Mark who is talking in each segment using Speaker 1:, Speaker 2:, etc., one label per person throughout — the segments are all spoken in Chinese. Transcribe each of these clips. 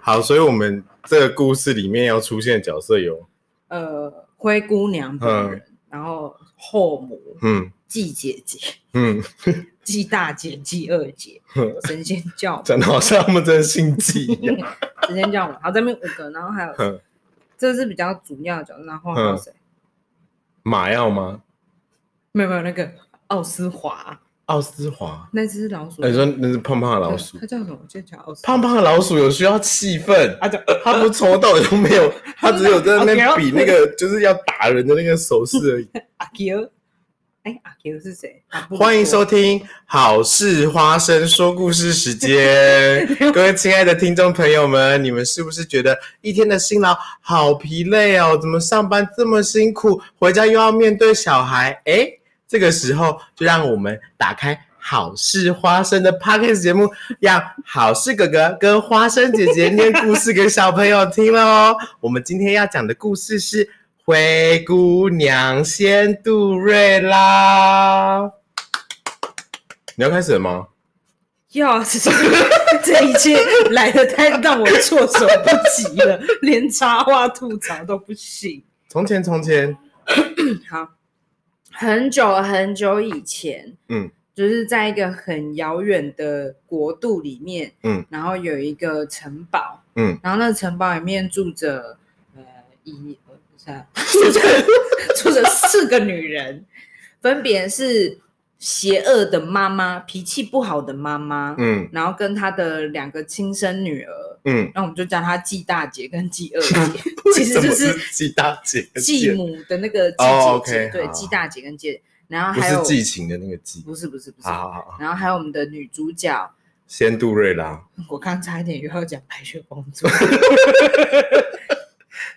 Speaker 1: 好，所以我们这个故事里面要出现的角色有，
Speaker 2: 呃，灰姑娘本人，然后后母、
Speaker 1: 嗯
Speaker 2: 季姐姐、
Speaker 1: 嗯，
Speaker 2: 季大姐、季二姐
Speaker 1: 嗯、
Speaker 2: 神仙教母、
Speaker 1: 讲的好像他们 真的姓纪一样。
Speaker 2: 神仙教母，好，这边五个，然后还有
Speaker 1: 嗯
Speaker 2: 这是比较主要的角色，然后还有
Speaker 1: 嗯
Speaker 2: 谁？
Speaker 1: 马耀吗？
Speaker 2: 没有没有，那个奥斯华，
Speaker 1: 奥斯华？
Speaker 2: 那只老鼠，
Speaker 1: 哎你说那是胖胖的老鼠
Speaker 2: 对？它叫什么？我记得叫奥斯华。
Speaker 1: 胖胖的老鼠有需要气氛，
Speaker 2: 啊，对，
Speaker 1: 他不是从头到尾都没有，他只有在那边
Speaker 2: OK，OK
Speaker 1: 比那个就是要打人的那个手势而已。
Speaker 2: 阿 Q，哎，阿 Q 是谁？啊不
Speaker 1: 欢迎收
Speaker 2: 不
Speaker 1: 听《好事花生说故事时间》，各位亲爱的听众朋友们，你们是不是觉得一天的辛劳好疲累哦？怎么上班这么辛苦，回家又要面对小孩？诶，这个时候就让我们打开《好事花生》的 Podcast 节目，让好事哥哥跟花生姐姐念故事给小朋友听了哦。 我们今天要讲的故事是。灰姑娘仙杜瑞拉，你要开始了吗？
Speaker 2: 要是这一切来的太让我措手不及了，连插话吐槽都不行。
Speaker 1: 从前，从前，
Speaker 2: 好，很久很久以前，
Speaker 1: 嗯
Speaker 2: 就是在一个很遥远的国度里面，
Speaker 1: 嗯，
Speaker 2: 然后有一个城堡，
Speaker 1: 嗯，
Speaker 2: 然后那个城堡里面住着呃一呃 不是啊住着住着四个女人，分别是邪恶的妈妈、脾气不好的妈妈，
Speaker 1: 嗯
Speaker 2: 然后跟她的两个亲生女儿，
Speaker 1: 嗯，
Speaker 2: 那我们就叫她季大姐跟季二姐，其实
Speaker 1: 为什
Speaker 2: 就
Speaker 1: 么
Speaker 2: 是
Speaker 1: 是季大姐，
Speaker 2: 继母的那个季
Speaker 1: 哦
Speaker 2: 姐姐，
Speaker 1: ，OK，
Speaker 2: 对，
Speaker 1: 好
Speaker 2: 季大姐跟季姐，然后
Speaker 1: 不
Speaker 2: 啊还有
Speaker 1: 是季情的那个季。
Speaker 2: 不是不是不是，
Speaker 1: 好好好，
Speaker 2: 然后还有我们的女主角，
Speaker 1: 仙杜瑞拉，
Speaker 2: 我刚差一点又要讲白雪公 主，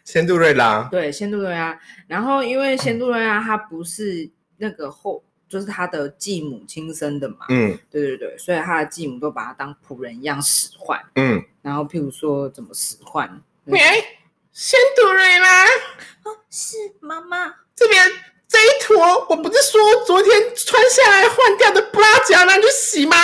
Speaker 1: 仙杜瑞拉，
Speaker 2: 对，仙杜瑞拉。然后因为仙杜瑞拉她不是那个后，就是她的继母亲生的嘛，
Speaker 1: 嗯
Speaker 2: 对对对，所以她的继母都把她当仆人一样使唤。
Speaker 1: 嗯，
Speaker 2: 然后譬如说怎么使唤，
Speaker 1: 喂，仙杜瑞拉，
Speaker 2: 哦是妈妈，
Speaker 1: 这边这一坨，我不是说昨天穿下来换掉的布拉夹拿去洗吗？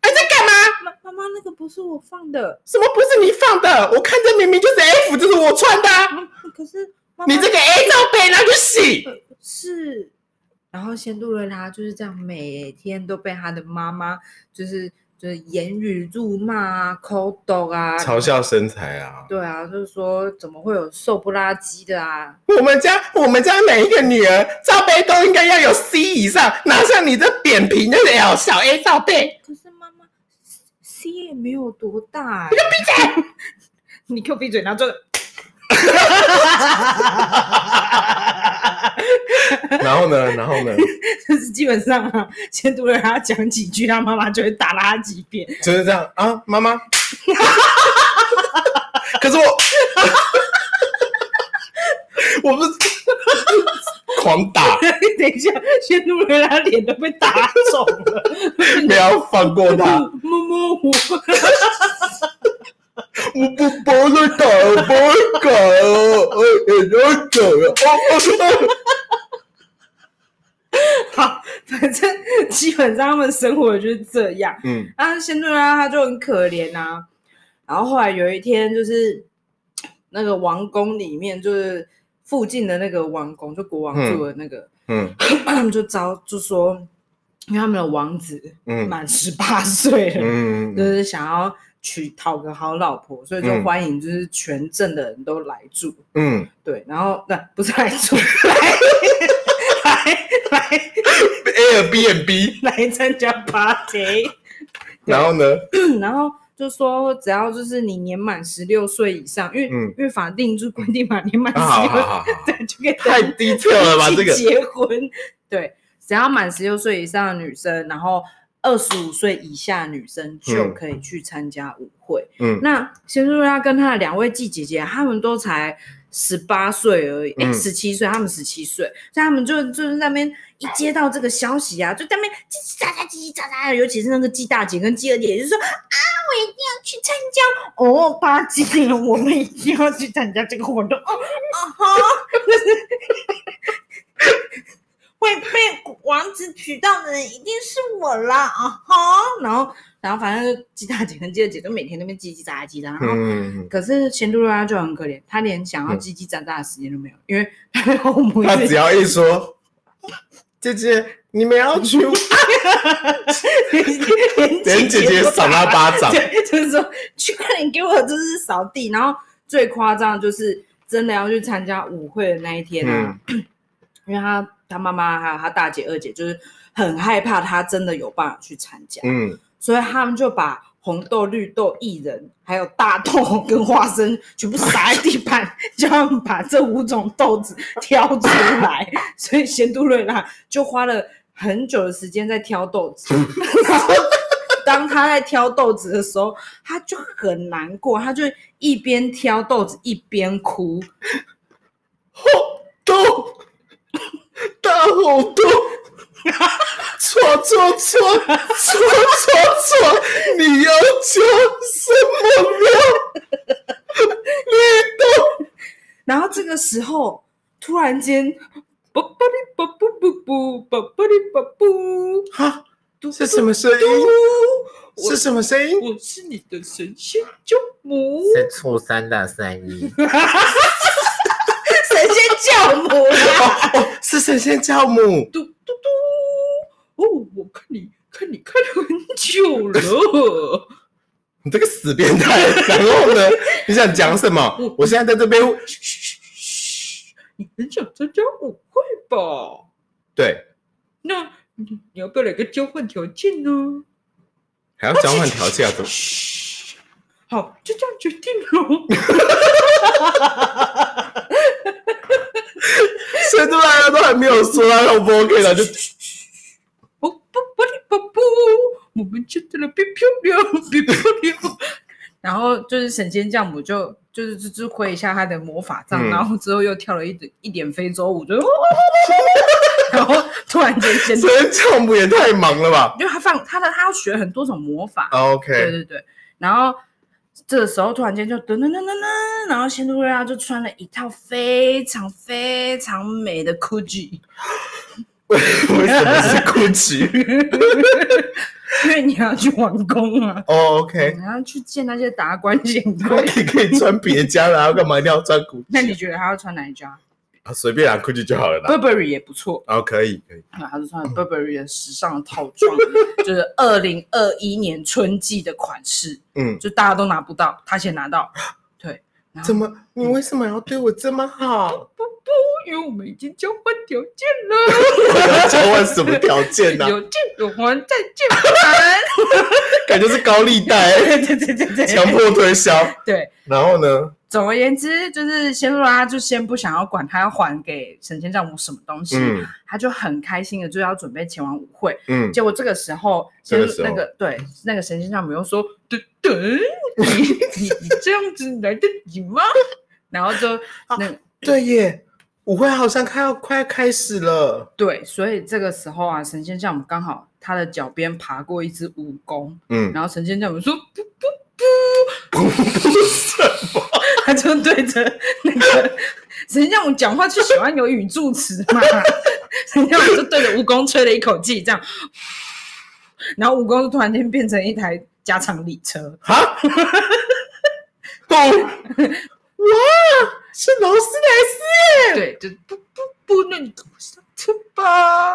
Speaker 1: 哎，在干嘛？
Speaker 2: 妈妈妈那个不是我放的，
Speaker 1: 什么不是你放的？我看这明明就是 F，这是我穿的啊、
Speaker 2: 嗯可是妈
Speaker 1: 你这个 A 罩杯拿去洗，
Speaker 2: 是，然后仙杜瑞拉就是这样，每天都被她的妈妈就是就是言语辱骂啊、口斗啊，
Speaker 1: 嘲笑身材啊！
Speaker 2: 对啊，就是说怎么会有瘦不拉几的啊？
Speaker 1: 我们家我们家每一个女儿罩杯都应该要有 C 以上，哪像你这扁平的 L 小 A 罩杯，
Speaker 2: 可是妈妈 C 也没有多大、你给我闭嘴！ 你给我闭嘴！然后就
Speaker 1: 然后呢，然后呢，
Speaker 2: 就是基本上啊，仙杜瑞拉讲几句，她妈妈就会打她几遍。
Speaker 1: 就是这样啊，妈妈。可是我，我不是狂打，
Speaker 2: 等一下，仙杜瑞拉脸都被打肿了。
Speaker 1: 不要放过他，
Speaker 2: 摸摸我。
Speaker 1: 我不不会打，我不会打哦，我也要走了，哦哦。
Speaker 2: 好，反正基本上他们生活就是这样。
Speaker 1: 嗯
Speaker 2: 啊，仙杜瑞拉她就很可怜啊。然后后来有一天，就是那个王宫里面，就是附近的那个王宫，就国王住的那个，
Speaker 1: 嗯
Speaker 2: 他 们就招就说，因为他们的王子
Speaker 1: 嗯
Speaker 2: 满十八岁了，
Speaker 1: 嗯
Speaker 2: 就是想要娶讨个好老婆，所以就
Speaker 1: 嗯
Speaker 2: 欢迎就是全镇的人都来住。
Speaker 1: 嗯，
Speaker 2: 对，然后那不是 来住，来来来
Speaker 1: Airbnb，
Speaker 2: 来参加 party。嗯
Speaker 1: 然后呢？
Speaker 2: 然后就说哦只要就是你年满十六岁以上，因为、
Speaker 1: 嗯
Speaker 2: 因为法定就规定嘛，年满
Speaker 1: 啊好
Speaker 2: 十
Speaker 1: 好
Speaker 2: 六，
Speaker 1: 好，好
Speaker 2: 对，就可以
Speaker 1: 太
Speaker 2: 登
Speaker 1: 低调了吧？
Speaker 2: 记
Speaker 1: 这个
Speaker 2: 结婚，对，只要满十六岁以上的女生，然后二十五岁以下女生就
Speaker 1: 嗯
Speaker 2: 可以去参加舞会。
Speaker 1: 嗯
Speaker 2: 那仙杜瑞拉跟她的两位季姐姐，她们都才十八岁而已，哎、
Speaker 1: 嗯
Speaker 2: 十七岁，她们十七岁，所以她们就就是在那边一接到这个消息啊，就在那边叽叽喳喳、叽叽喳喳的，尤其是那个季大姐跟季二姐，就说啊，我一定要去参加哦，八戒，我们一定要去参加这个活动哦，啊 哈，会被王子娶到的人一定是我啦，啊哈。然后然后反正就鸡大姐跟鸡二姐就每天那边叽叽喳喳叽喳，然后
Speaker 1: 嗯，
Speaker 2: 可是仙杜瑞拉就很可怜，她连想要叽叽喳喳的时间都没有，因为她的后母
Speaker 1: 他
Speaker 2: 一
Speaker 1: 只
Speaker 2: 直
Speaker 1: 要一说，姐姐你们要去，连
Speaker 2: 连
Speaker 1: 姐姐
Speaker 2: 都
Speaker 1: 赏他巴 掌。
Speaker 2: 对，就是说去快点给我就是扫地，然后最夸张的就是真的要去参加舞会的那一天
Speaker 1: 嗯
Speaker 2: 啊，因为他他妈妈还有他大姐二姐就是很害怕他真的有办法去参加，
Speaker 1: 嗯，
Speaker 2: 所以他们就把红豆、绿豆、薏仁，还有大豆跟花生全部撒在地板，叫他们把这五种豆子挑出来。所以咸杜瑞拉就花了很久的时间在挑豆子，然后当他在挑豆子的时候，他就很难过，他就一边挑豆子一边哭。
Speaker 1: 豆，大红豆，错错错错错错，你要叫什么名？
Speaker 2: 然后这个时候突然间，啵啵哩啵啵啵啵啵啵哩啵啵，
Speaker 1: 哈，
Speaker 2: 嘟
Speaker 1: 是什么声音？
Speaker 2: 我
Speaker 1: 是什么声音？
Speaker 2: 我是你的神仙教母，
Speaker 3: 是醋三大三一，
Speaker 2: 神仙教母
Speaker 1: 哦
Speaker 2: 啦！
Speaker 1: 哦，是神仙教母。
Speaker 2: 嘟嘟嘟，哦，我看你看你看了很久了，
Speaker 1: 你这个死变态！然后呢？你想讲什么？我现在在这边，
Speaker 2: 嘘嘘嘘，你很想参加舞会吧？
Speaker 1: 对，
Speaker 2: 那你你要不要来个交换条件呢？
Speaker 1: 还要交换条件啊？怎么？
Speaker 2: 嘘，好，就这样决定喽。
Speaker 1: 现在大家都还没有说他 O 不 OK 了，就
Speaker 2: 不哦不不不不，我们真的变漂亮，变漂亮。 然后就是神仙教母就就是就就挥一下他的魔法杖，
Speaker 1: 嗯
Speaker 2: 然后之后又跳了一点一点非洲舞，就哦 然后突然间仙
Speaker 1: 神仙教母也太忙了 吧
Speaker 2: 因为他放他的他要学很多种魔法，对
Speaker 1: 哦？OK，
Speaker 2: 对对，然后这个时候突然间就噔噔噔噔噔，然后仙杜瑞拉就穿了一套非常非常美的 Gucci，
Speaker 1: 为什么是 Gucci？
Speaker 2: 因为你要去王宫啊。
Speaker 1: 哦，OK，
Speaker 2: 你要去见那些达官显
Speaker 1: 那
Speaker 2: 贵。
Speaker 1: 你可以穿别家的啊，然后干嘛一定要穿 Gucci？
Speaker 2: 那你觉得他要穿哪一 家
Speaker 1: 啊随便啦，Gucci 就好了啦。
Speaker 2: ？Burberry 也不错，
Speaker 1: 哦，可以，可以。
Speaker 2: 啊，他就穿了 Burberry 的时尚套装，就是二零二一年春季的款式，
Speaker 1: 嗯，
Speaker 2: 就大家都拿不到，他先拿到。对，然后
Speaker 1: 怎么？你为什么要对我这么好？
Speaker 2: 因为我们已经交换条件了，
Speaker 1: 我要交换什么条件啊呢？
Speaker 2: 有见有还，再 见不还。
Speaker 1: 感觉是高利贷，
Speaker 2: 对对对对对，
Speaker 1: 强迫推销。
Speaker 2: 对。
Speaker 1: 然后呢？
Speaker 2: 总而言之，就是仙露拉就先不想要管他要还给神仙丈母什么东西，
Speaker 1: 嗯
Speaker 2: 他就很开心的就要准备前往舞会。
Speaker 1: 嗯，
Speaker 2: 结果这个时候，
Speaker 1: 这个
Speaker 2: 就是
Speaker 1: 时候
Speaker 2: 那个对那个神仙丈母又说：“等等，你你你这样子来得及吗？”然后就那个、
Speaker 1: 对耶，舞会好像快要快要开始了。
Speaker 2: 对，所以这个时候啊，神仙丈母刚好他的脚边爬过一只蜈蚣，
Speaker 1: 嗯，
Speaker 2: 然后神仙丈母说：“不不 不
Speaker 1: 什么？！”
Speaker 2: 他就对着那个神仙丈母讲话就喜欢有语助词嘛， 神仙丈母就对着蜈蚣吹了一口气，这样，然后蜈蚣就突然间变成一台加长礼 车。
Speaker 1: 哈？哦，哇，是劳斯莱斯耶！
Speaker 2: 对，就不不不，那你跟我上车 吧。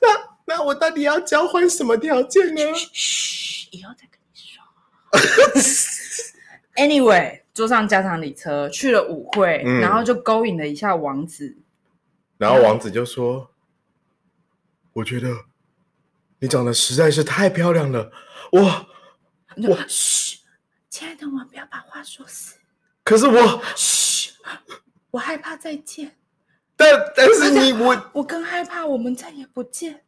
Speaker 1: 那那我到底要交换什么条件呢？
Speaker 2: 嘘，以后再跟你说。anyway，坐上加长礼车去了舞会，
Speaker 1: 嗯
Speaker 2: 然后就勾引了一下王子。
Speaker 1: 然后王子就说：“我觉得你长得实在是太漂亮了，哇！
Speaker 2: 我嘘，亲爱的，我们不要把话说死。
Speaker 1: 可是我，
Speaker 2: 嘘，我害怕再见，
Speaker 1: 但但是你我
Speaker 2: 我更害怕我们再也不见。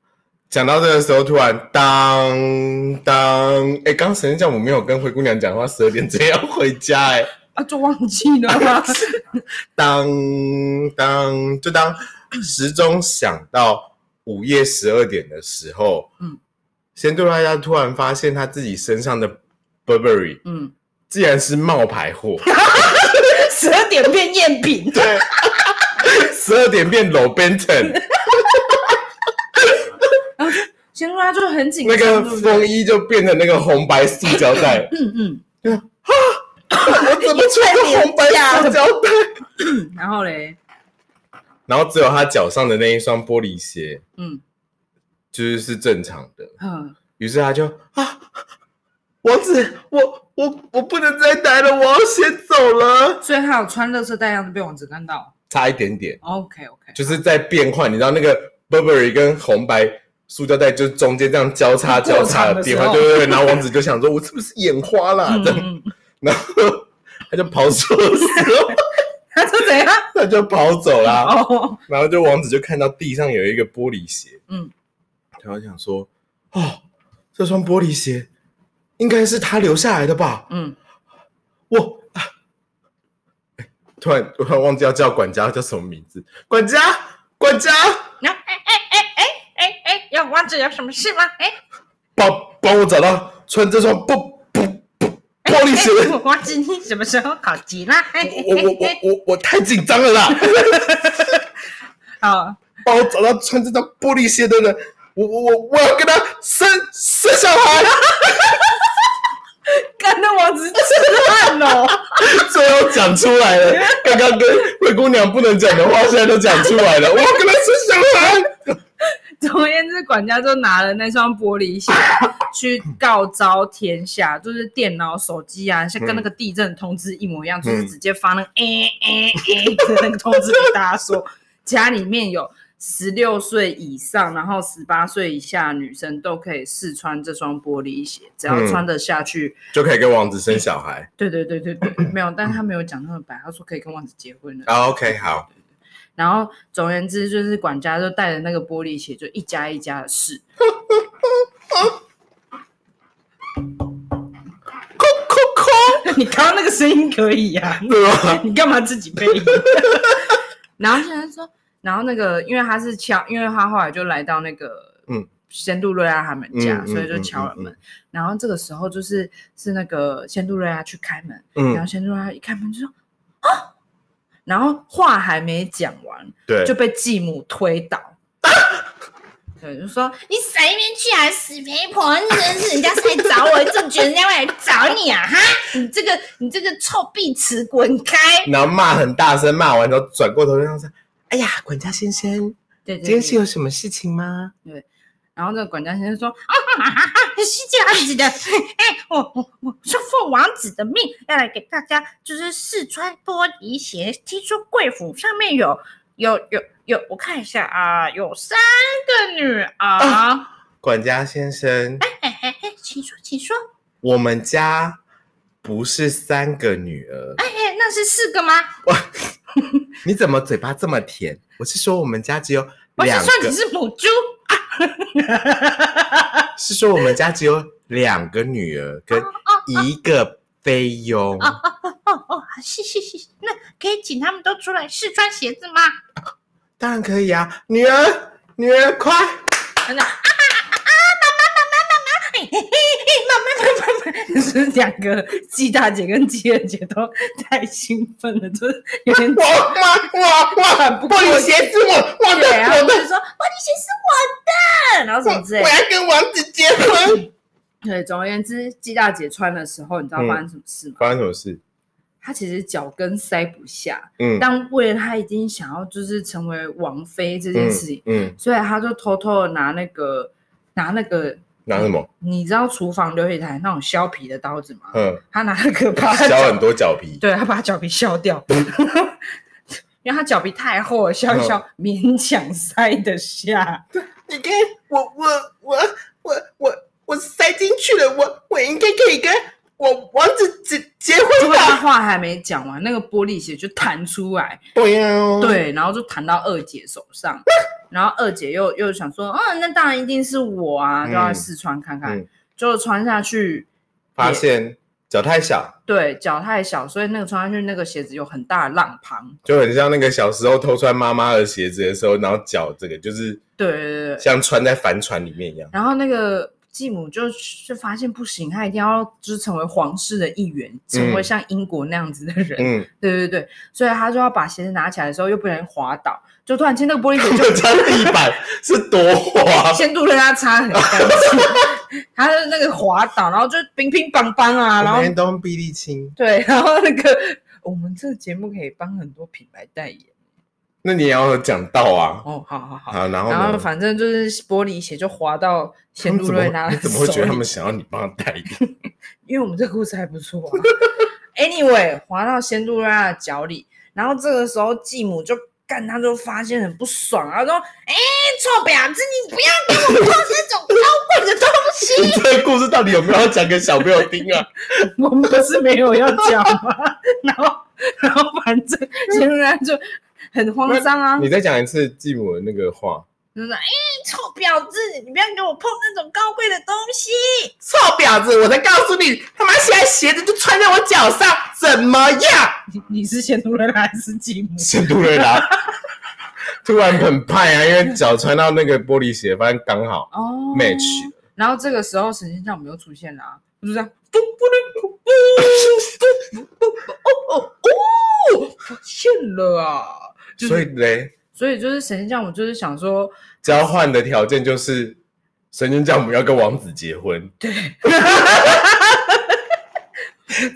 Speaker 1: 讲到这个时候，突然当当，哎、刚刚神仙教母没有跟灰姑娘讲话，十二点直接要回家、哎，
Speaker 2: 啊，就忘记了吗？
Speaker 1: 当当，就当时钟响到午夜十二点的时候，嗯
Speaker 2: 嗯，
Speaker 1: 仙杜拉拉突然发现她自己身上的 Burberry
Speaker 2: 嗯，
Speaker 1: 竟然是冒牌货，
Speaker 2: 十二点变赝品。
Speaker 1: 对，十二点变 Low Benton，
Speaker 2: 先说他就很紧
Speaker 1: 那个
Speaker 2: 张，对不对
Speaker 1: 风衣就变成那个红白塑胶袋，
Speaker 2: 嗯嗯，
Speaker 1: 我怎么穿个红白塑胶袋？
Speaker 2: 嗯然后嘞，
Speaker 1: 然后只有他脚上的那一双玻璃鞋，
Speaker 2: 嗯
Speaker 1: 就是是正常的。
Speaker 2: 嗯，
Speaker 1: 于是他就啊，王子，我我我不能再待了，我要先走了。
Speaker 2: 所以他有穿乐色袋样子被王子看到
Speaker 1: 差一点点，
Speaker 2: ，OK OK，
Speaker 1: 就是在变换，你知道那个 Burberry 跟红白塑胶袋就中间这样交叉交叉的变换，
Speaker 2: 过
Speaker 1: 对
Speaker 2: 场的时
Speaker 1: 对对。然后王子就想说，我是不是眼花啦？ 这样
Speaker 2: 嗯，嗯
Speaker 1: 然后他就跑走的时候，
Speaker 2: 他说怎样？
Speaker 1: 他就跑走啦。
Speaker 2: 哦，
Speaker 1: 然后就王子就看到地上有一个玻璃鞋，
Speaker 2: 嗯，
Speaker 1: 然后想说，哦，这双玻璃鞋应该是他留下来的吧？
Speaker 2: 嗯，
Speaker 1: 我、啊哎突然突然忘记要叫管家叫什么名字，管家，管家，
Speaker 2: 然后哎哎哎哎哎哎，要王子有什么事吗？哎，
Speaker 1: 帮帮我找到穿这双玻玻玻玻璃鞋
Speaker 2: 哎
Speaker 1: 的。
Speaker 2: 王子你什么时候考级啦？哎哎
Speaker 1: 我我我
Speaker 2: 哎
Speaker 1: 我我太紧张了啦！
Speaker 2: 哎，哦，
Speaker 1: 帮我找到穿这双玻璃鞋的人，我我我我要跟他生生小孩。
Speaker 2: 干的王子吃烂了。
Speaker 1: 最后讲出来了，刚刚跟灰姑娘不能讲的话，现在都讲出来了。我要跟她生小孩，
Speaker 2: 总而言之，管家就拿了那双玻璃鞋 去告昭天下，就是电脑、手机啊，像跟那个地震通知一模一样，就是直接发那个 哎哎哎的那个通知给大家说，家里面有十六岁以上，然后十八岁以下的女生都可以试穿这双玻璃鞋，只要
Speaker 1: 嗯
Speaker 2: 穿得下去。
Speaker 1: 就可以跟王子生小孩。
Speaker 2: 对对对对对，没有，但他没有讲那么白，他说可以跟王子结婚了。
Speaker 1: 啊 OK，好，
Speaker 2: 然后总而言之，就是管家就带着那个玻璃鞋，就一家一家的试。
Speaker 1: 扣扣扣，
Speaker 2: 你刚刚那个声音可以呀、
Speaker 1: 对吧？
Speaker 2: 你干嘛自己配音？ 然后现在说，然后那个，因为他是敲，因为他后来就来到那个
Speaker 1: 嗯
Speaker 2: 仙杜瑞拉他们家，
Speaker 1: 嗯嗯
Speaker 2: 所以就敲了门。然后这个时候就是是那个仙杜瑞拉去开门，然后
Speaker 1: 嗯，
Speaker 2: 仙杜瑞拉一开门就说啊，然后话还没讲完
Speaker 1: 对
Speaker 2: 就，被继母推倒。对，就说
Speaker 4: 你甩一边去啊，死肥婆！你真是人家是来找我，就觉得人家会来找你啊，哈！
Speaker 2: 你这个你这个臭碧池滚开！
Speaker 1: 然后骂很大声，骂完之后转过头就说：“哎呀，管家先生，
Speaker 2: 对对
Speaker 1: 今天是
Speaker 2: 对
Speaker 1: 有什么事情吗
Speaker 2: 然后这个管家先生说：“啊哈哈哈，是这样子的，哎，我我我是奉王子的命，要来给大家就是试穿玻璃鞋。听说贵府上面有有有有，我看一下啊，有三个女儿。
Speaker 1: 啊管家先生，
Speaker 4: 嘿嘿嘿，请说，请说。
Speaker 1: 我们家不是三个女儿，
Speaker 2: 哎，那是四个吗？
Speaker 1: 你怎么嘴巴这么甜？我是说我们家只有
Speaker 2: 我想
Speaker 1: 两
Speaker 2: 说
Speaker 1: 个
Speaker 2: 你，是母猪。
Speaker 1: 是说我们家只有两个女儿跟一个菲佣。
Speaker 4: 哦哦，好谢谢谢谢。那可以请他们都出来试穿鞋子吗？
Speaker 1: 当然可以啊，女儿，女儿，快！
Speaker 2: 真的啊啊哎啊！妈妈妈妈妈，嘿嘿嘿，妈妈妈妈 妈，就是两个季大姐跟季二姐都太兴奋了，就是有 点
Speaker 1: 我妈，我我玻璃鞋是我我的
Speaker 2: 对，然
Speaker 1: 我
Speaker 2: 后就
Speaker 1: 的，
Speaker 2: 说玻璃鞋是我的，然后什么之
Speaker 1: 我
Speaker 2: 类的。
Speaker 1: 要跟王子结婚。
Speaker 2: 对，总而言之，季大姐穿的时候，你
Speaker 1: 嗯
Speaker 2: 知道发生什么事吗？
Speaker 1: 发生什么事？
Speaker 2: 她其实脚跟塞不下，
Speaker 1: 嗯，
Speaker 2: 但为了她已经想要就是成为王妃这件事情，
Speaker 1: 嗯，嗯，
Speaker 2: 所以她就偷偷的拿那个拿那个
Speaker 1: 拿什么？
Speaker 2: 你知道厨房琉璃台那种削皮的刀子吗？
Speaker 1: 嗯，
Speaker 2: 她拿那个把她
Speaker 1: 削
Speaker 2: 脚
Speaker 1: 很嗯多脚皮。
Speaker 2: 对他把他脚皮削掉， 因为他脚皮太厚了，削一削
Speaker 1: 嗯
Speaker 2: 勉强塞得下。
Speaker 1: 你看，我我我我我我塞进去了，我我应该可以跟我王子结结
Speaker 2: 结
Speaker 1: 婚
Speaker 2: 果他？话还没讲完，那个玻璃鞋就弹出来，
Speaker 1: 对啊呀，，
Speaker 2: 对，然后就弹到二姐手上，然后二姐又又想说，嗯，那当然一定是我啊，
Speaker 1: 嗯
Speaker 2: 就要试穿看看，
Speaker 1: 嗯
Speaker 2: 就穿下去。
Speaker 1: 发现脚太小，
Speaker 2: 对，脚太小，所以那个穿上去那个鞋子有很大的浪旁。
Speaker 1: 就很像那个小时候偷穿妈妈的鞋子的时候，然后脚这个就是
Speaker 2: 对对对对，
Speaker 1: 像穿在帆船里面一样。
Speaker 2: 然后那个继母就就发现不行，她一定要就是成为皇室的一员，成为像英国那样子的人。
Speaker 1: 嗯，
Speaker 2: 对对对，所以她就要把鞋子拿起来的时候，又不小心滑倒，就突然间那个玻璃 鞋就
Speaker 1: 就擦地板是多滑，
Speaker 2: 先度让她擦很干净， 她的那个滑倒，然后就乒乒乓乓啊，然
Speaker 1: 我
Speaker 2: 后
Speaker 1: 们东比例轻。
Speaker 2: 对，然后那个我们这个节目可以帮很多品牌代言
Speaker 1: 那你也要有讲到啊，
Speaker 2: 哦，好好好。
Speaker 1: 啊，然后
Speaker 2: 然后
Speaker 1: 呢？
Speaker 2: 反正就是玻璃鞋就滑到
Speaker 1: 他
Speaker 2: 仙
Speaker 1: 们
Speaker 2: 杜
Speaker 1: 怎
Speaker 2: 瑞
Speaker 1: 么
Speaker 2: 拉
Speaker 1: 你
Speaker 2: 的
Speaker 1: 怎么会觉得
Speaker 2: 手
Speaker 1: 他
Speaker 2: 里
Speaker 1: 们想要你帮他代 言？
Speaker 2: 因为我们这个故事还不错啊。anyway，滑到仙杜瑞拉的脚里，然后这个时候继母就干，他就发现很不爽，然后说：“哎、臭婊子，你不要给我碰这种高贵的东西！”
Speaker 1: 这个故事到底有没有要讲给小朋友听啊？
Speaker 2: 我们不是没有要讲吗？ 然后，然后反正仙杜瑞拉就很慌张啊，
Speaker 1: 你再讲一次继母的那个话，
Speaker 2: 就是哎、臭婊子，你不要给我碰那种高贵的东西！
Speaker 1: 臭婊子！我才告诉你，他妈现在鞋子就穿在我脚上，怎么样？
Speaker 2: 你你是仙杜瑞拉还是继母？
Speaker 1: 圣杜瑞 拉突然很派啊，因为脚穿到那个玻璃鞋，发现刚好
Speaker 2: 哦
Speaker 1: match。
Speaker 2: 然后这个时候神仙教母又出现了、啊，就这样，嘣哦哦哦，发现了啊！就是
Speaker 1: 所以嘞，
Speaker 2: 所以就是神仙教母就是想说，
Speaker 1: 交换的条件就是神仙教母要跟王子结婚。对，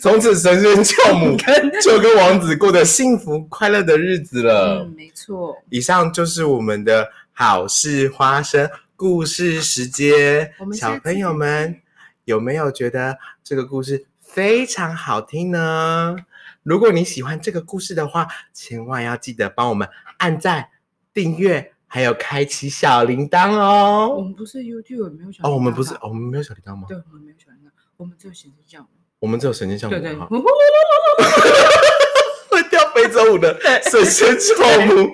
Speaker 1: 从此神仙教 母 就跟王子过着幸福快乐的日子了。
Speaker 2: 嗯，没错，
Speaker 1: 以上就是我们的好事花生故事时间
Speaker 2: 我。们下次
Speaker 1: 小朋友们有没有觉得这个故事非常好听呢？如果你喜欢这个故事的话，千万要记得帮我们按赞、订阅，还有开启小铃铛
Speaker 2: 我
Speaker 1: 哦。
Speaker 2: 们不是 YouTube 没有小
Speaker 1: 哦，我们不
Speaker 2: 铃
Speaker 1: 是，
Speaker 2: 铛吧
Speaker 1: 哦我们没有小铃铛吗？
Speaker 2: 对，我们没有小铃铛，我们只有神仙教母，
Speaker 1: 我们只有神仙教母
Speaker 2: 对对，
Speaker 1: 哈，
Speaker 2: 呼呼
Speaker 1: 会跳非洲舞 的神仙教母。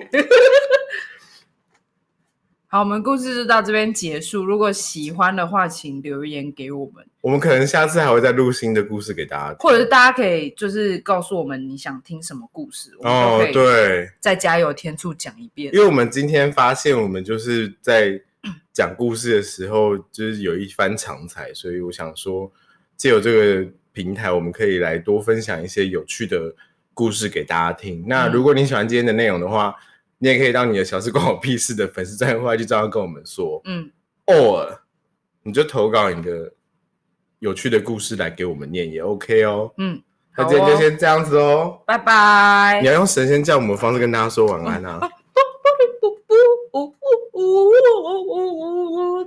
Speaker 2: 好，我们故事就到这边结束。如果喜欢的话，请留言给我们，
Speaker 1: 我们可能下次还会再录新的故事给大家听。
Speaker 2: 或者是大家可以就是告诉我们你想听什么故事，我
Speaker 1: 哦
Speaker 2: 们，都可以
Speaker 1: 对。
Speaker 2: 再加油添醋讲一遍
Speaker 1: 因。为我们今天发现，我们就是在讲故事的时候，就是有一番长才，所以我想说，借由这个平台，我们可以来多分享一些有趣的故事给大家听。那
Speaker 2: 嗯
Speaker 1: 如果你喜欢今天的内容的话，你也可以到你的小事关我屁事的粉丝专页去这样跟我们说，
Speaker 2: 嗯，
Speaker 1: 偶尔你就投稿你的有趣的故事来给我们念也 OK 哦。
Speaker 2: 嗯，
Speaker 1: 那
Speaker 2: 好
Speaker 1: 今天就
Speaker 2: 哦
Speaker 1: 先这样子哦。
Speaker 2: 拜拜
Speaker 1: 你。要用神仙教母的方式跟大家说晚安啊。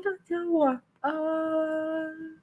Speaker 2: 大家晚安。